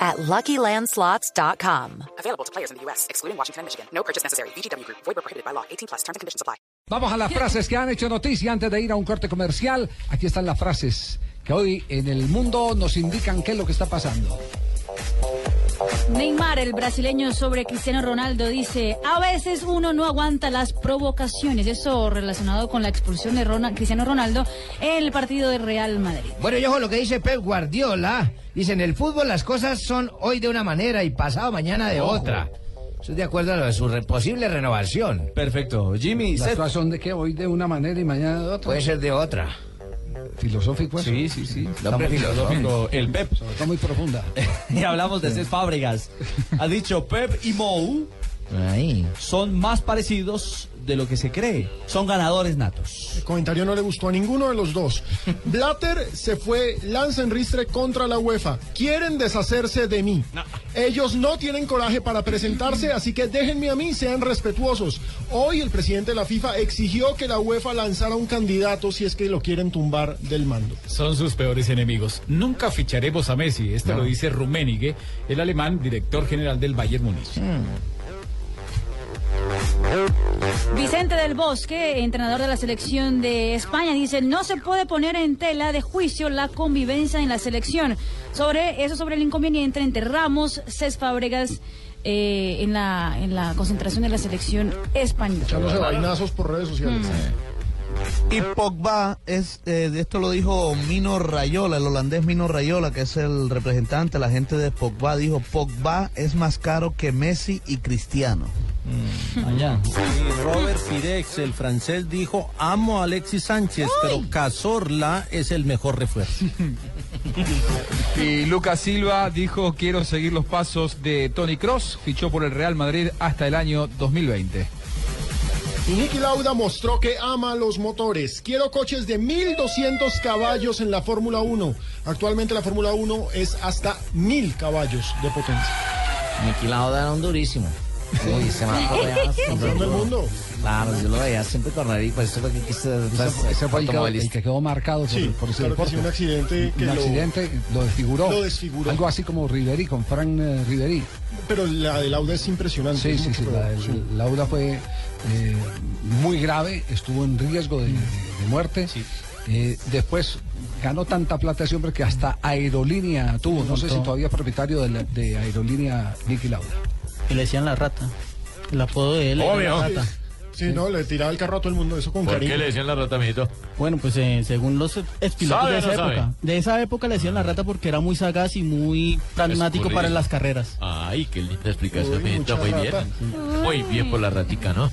at LuckyLandSlots.com. Available to players in the U.S., excluding Washington and Michigan. No purchase necessary. VGW Group. Void where prohibited by law. 18 plus. Terms and conditions apply. Vamos a las frases que han hecho noticia antes de ir a un corte comercial. Aquí están las frases que hoy en el mundo nos indican qué es lo que está pasando. Neymar, el brasileño sobre Cristiano Ronaldo, dice, a veces uno no aguanta las provocaciones. Eso relacionado con la expulsión de Rona- Cristiano Ronaldo en el partido de Real Madrid. Bueno, y ojo lo que dice Pep Guardiola. Dice, en el fútbol las cosas son hoy de una manera y pasado mañana de otra. Eso es de acuerdo a lo de su re- posible renovación. Perfecto. Jimmy, Las Seth. cosas son de que hoy de una manera y mañana de otra. Puede ser de otra. Filosófico eso. Sí, sí, sí. Nombre filosófico. Filosófico, el Pep. Está muy profunda. Y hablamos de Seth Fábregas. Ha dicho Pep y Mou Ahí. son más parecidos de lo que se cree. Son ganadores natos. comentario no le gustó a ninguno de los dos. Blatter se fue lanza en ristre contra la UEFA. Quieren deshacerse de mí. Ellos no tienen coraje para presentarse, así que déjenme a mí, sean respetuosos. Hoy el presidente de la FIFA exigió que la UEFA lanzara un candidato si es que lo quieren tumbar del mando. Son sus peores enemigos. Nunca ficharemos a Messi. Esto lo dice Rummenigge, el alemán director general del Bayern Múnich. Vicente del Bosque, entrenador de la selección de España, dice, no se puede poner en tela de juicio la convivencia en la selección. Sobre eso, sobre el inconveniente entre Ramos, Cés Fábregas. eh, en, la, en la concentración de la selección española. Echándose vainazos por redes sociales. Mm. Y Pogba es, eh, esto lo dijo Mino Rayola, el holandés Mino Rayola, que es el representante, la gente de Pogba, dijo, Pogba es más caro que Messi y Cristiano. Allá. Y Robert Pirex, el francés, dijo, amo a Alexis Sánchez, pero Ah, Cazorla es el mejor refuerzo. Y Lucas Silva dijo quiero seguir los pasos de Tony Cross, fichó por el Real Madrid hasta el año 2020. Y Niki Lauda mostró que ama los motores. Quiero coches de 1200 caballos en la Fórmula 1. Actualmente la Fórmula 1 es hasta 1000 caballos de potencia. Niki Lauda era un durísimo. Uy, se me acordeaba. Todo el mundo. Claro, yo lo veía siempre correr y por eso lo que quise... pues, Ese, ese fue el que, este. el que quedó marcado por, Sí, por ese claro que deporte. sí, un accidente que Un lo- accidente lo desfiguró. lo desfiguró. Algo así como Riveri con Frank eh, Riveri. Pero la de Lauda es impresionante. Sí, es sí, mucho sí. peor, La, sí. el- la aura fue eh, muy grave, estuvo en riesgo de, de- de muerte. Eh, después ganó tanta plata ese hombre que hasta aerolínea tuvo. No sé si todavía es propietario de, la- de aerolínea Nicky Lauda. Y le decían la rata. El apodo de él Obvio. la rata. Sí, no, le tiraba el carro a todo el mundo, eso con ¿Por qué cariño. le decían la rata, amiguito? Bueno, pues eh, según los expilotos ¿Sabe de o esa no sabe? época. De esa época le decían la rata porque era muy sagaz y muy pragmático Escurridizo. para las carreras. Ay, qué linda explicación, Uy, amiguito, mucha Muy bien. rata. Muy bien por la ratica, ¿no?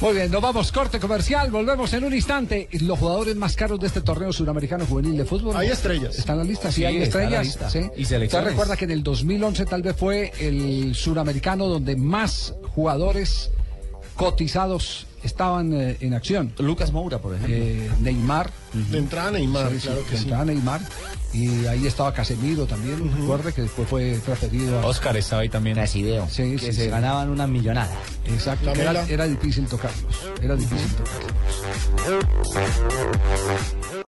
Muy bien, nos vamos, corte comercial, volvemos en un instante. Y Los jugadores más caros de este torneo suramericano juvenil de fútbol. Hay estrellas. Están en la lista, sí, Sí, hay está en la estrellas. lista. sí. Y selecciones. Usted recuerda que en el 2011 tal vez fue el suramericano donde más jugadores cotizados estaban eh, en acción. Lucas Moura, por ejemplo. Eh, Neymar, De entrada Neymar, sí, sí, claro que sí. entraba Neymar, y ahí estaba Casemiro también, recuerde que después fue transferido a... Oscar estaba ahí también. video. Sí, que sí, se sí. ganaban una millonada. Exacto, La que era, mela. era difícil tocarlos, era difícil tocarlos.